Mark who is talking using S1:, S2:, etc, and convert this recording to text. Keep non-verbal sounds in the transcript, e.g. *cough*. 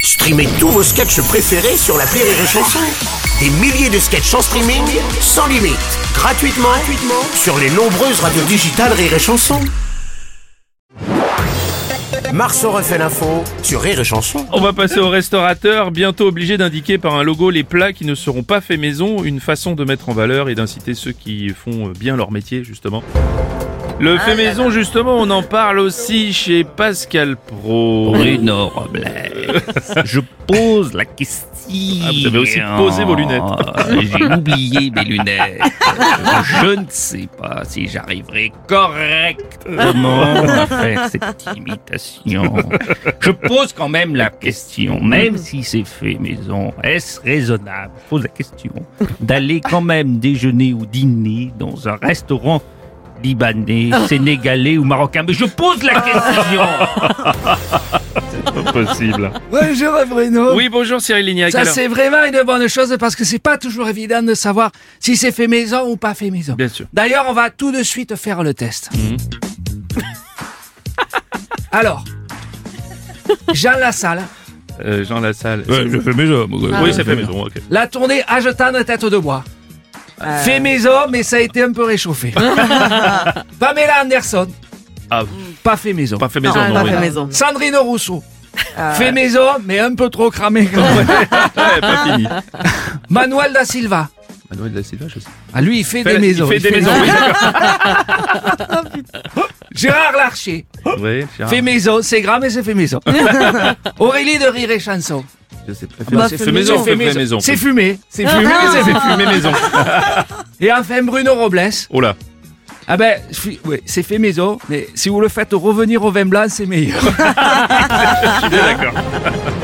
S1: Streamez tous vos sketchs préférés sur la Rire et Chanson. Des milliers de sketchs en streaming, sans limite, gratuitement, gratuitement sur les nombreuses radios digitales Rire et Chanson. Marceau refait l'info sur Rire et Chanson.
S2: On va passer au restaurateur, bientôt obligé d'indiquer par un logo les plats qui ne seront pas faits maison, une façon de mettre en valeur et d'inciter ceux qui font bien leur métier justement. Le
S3: Ah,
S2: fait maison justement, on en parle aussi chez Pascal Pro.
S4: Bruno Robles, je pose la question.
S2: Ah, vous avez aussi posé vos lunettes.
S4: *laughs* J'ai oublié mes lunettes. Je ne sais pas si j'arriverai correctement à faire cette imitation. Je pose quand même la question, même si c'est fait maison, est-ce raisonnable, je pose la question, d'aller quand même déjeuner ou dîner dans un restaurant libanais, sénégalais ou marocain Mais je pose la question
S2: Possible.
S5: Bonjour Bruno.
S2: Oui, bonjour Cyril Lignac.
S5: Ça
S2: Alors,
S5: c'est vraiment une bonne chose parce que c'est pas toujours évident de savoir si c'est fait maison ou pas fait maison.
S2: Bien Mhm. sûr.
S5: D'ailleurs, on va tout de suite faire le test. *laughs* Alors, Jean Lassalle,
S2: euh, Jean Lassalle.
S4: je fais maison.
S2: Ah oui, ça fait maison, ok.
S5: la tournée Ajetane tête de bois. Fait maison, mais ça a été un peu réchauffé. Pamela Anderson,
S2: Ah,
S5: pas fait maison.
S2: pas fait maison,
S3: Ah,
S2: non,
S3: pas
S2: oui.
S3: fait maison.
S5: Sandrine Rousseau, fait maison, mais un peu trop cramé quand même.
S2: Ouais, pas
S3: *laughs*
S2: fini.
S5: Manuel Da Silva,
S2: Manuel da Silva, je sais.
S5: ah, lui il fait,
S2: Fait-
S5: des maisons.
S2: Il fait
S5: il
S2: des
S5: fait-
S2: maisons, oui.
S5: Gérard Larcher, *laughs*
S2: d'accord. Ouais, Gérard,
S5: Fait maison, c'est grand mais c'est
S2: *laughs*
S5: fait maison. Aurélie de rire et chanson.
S2: je sais pas.
S3: bah,
S2: Fait
S3: fait
S2: maison,
S3: maison,
S2: fait maison. Ah,
S5: C'est fumé. C'est
S2: Fait
S5: fumé,
S3: Bah,
S5: mais
S3: ah.
S5: c'est fait.
S2: fumé maison.
S5: Et enfin Bruno Robles.
S2: Oh là.
S5: Ah ben, je suis- ouais, c'est fait maison, mais si vous le faites revenir au vin blanc, c'est meilleur.
S2: Je suis bien d'accord.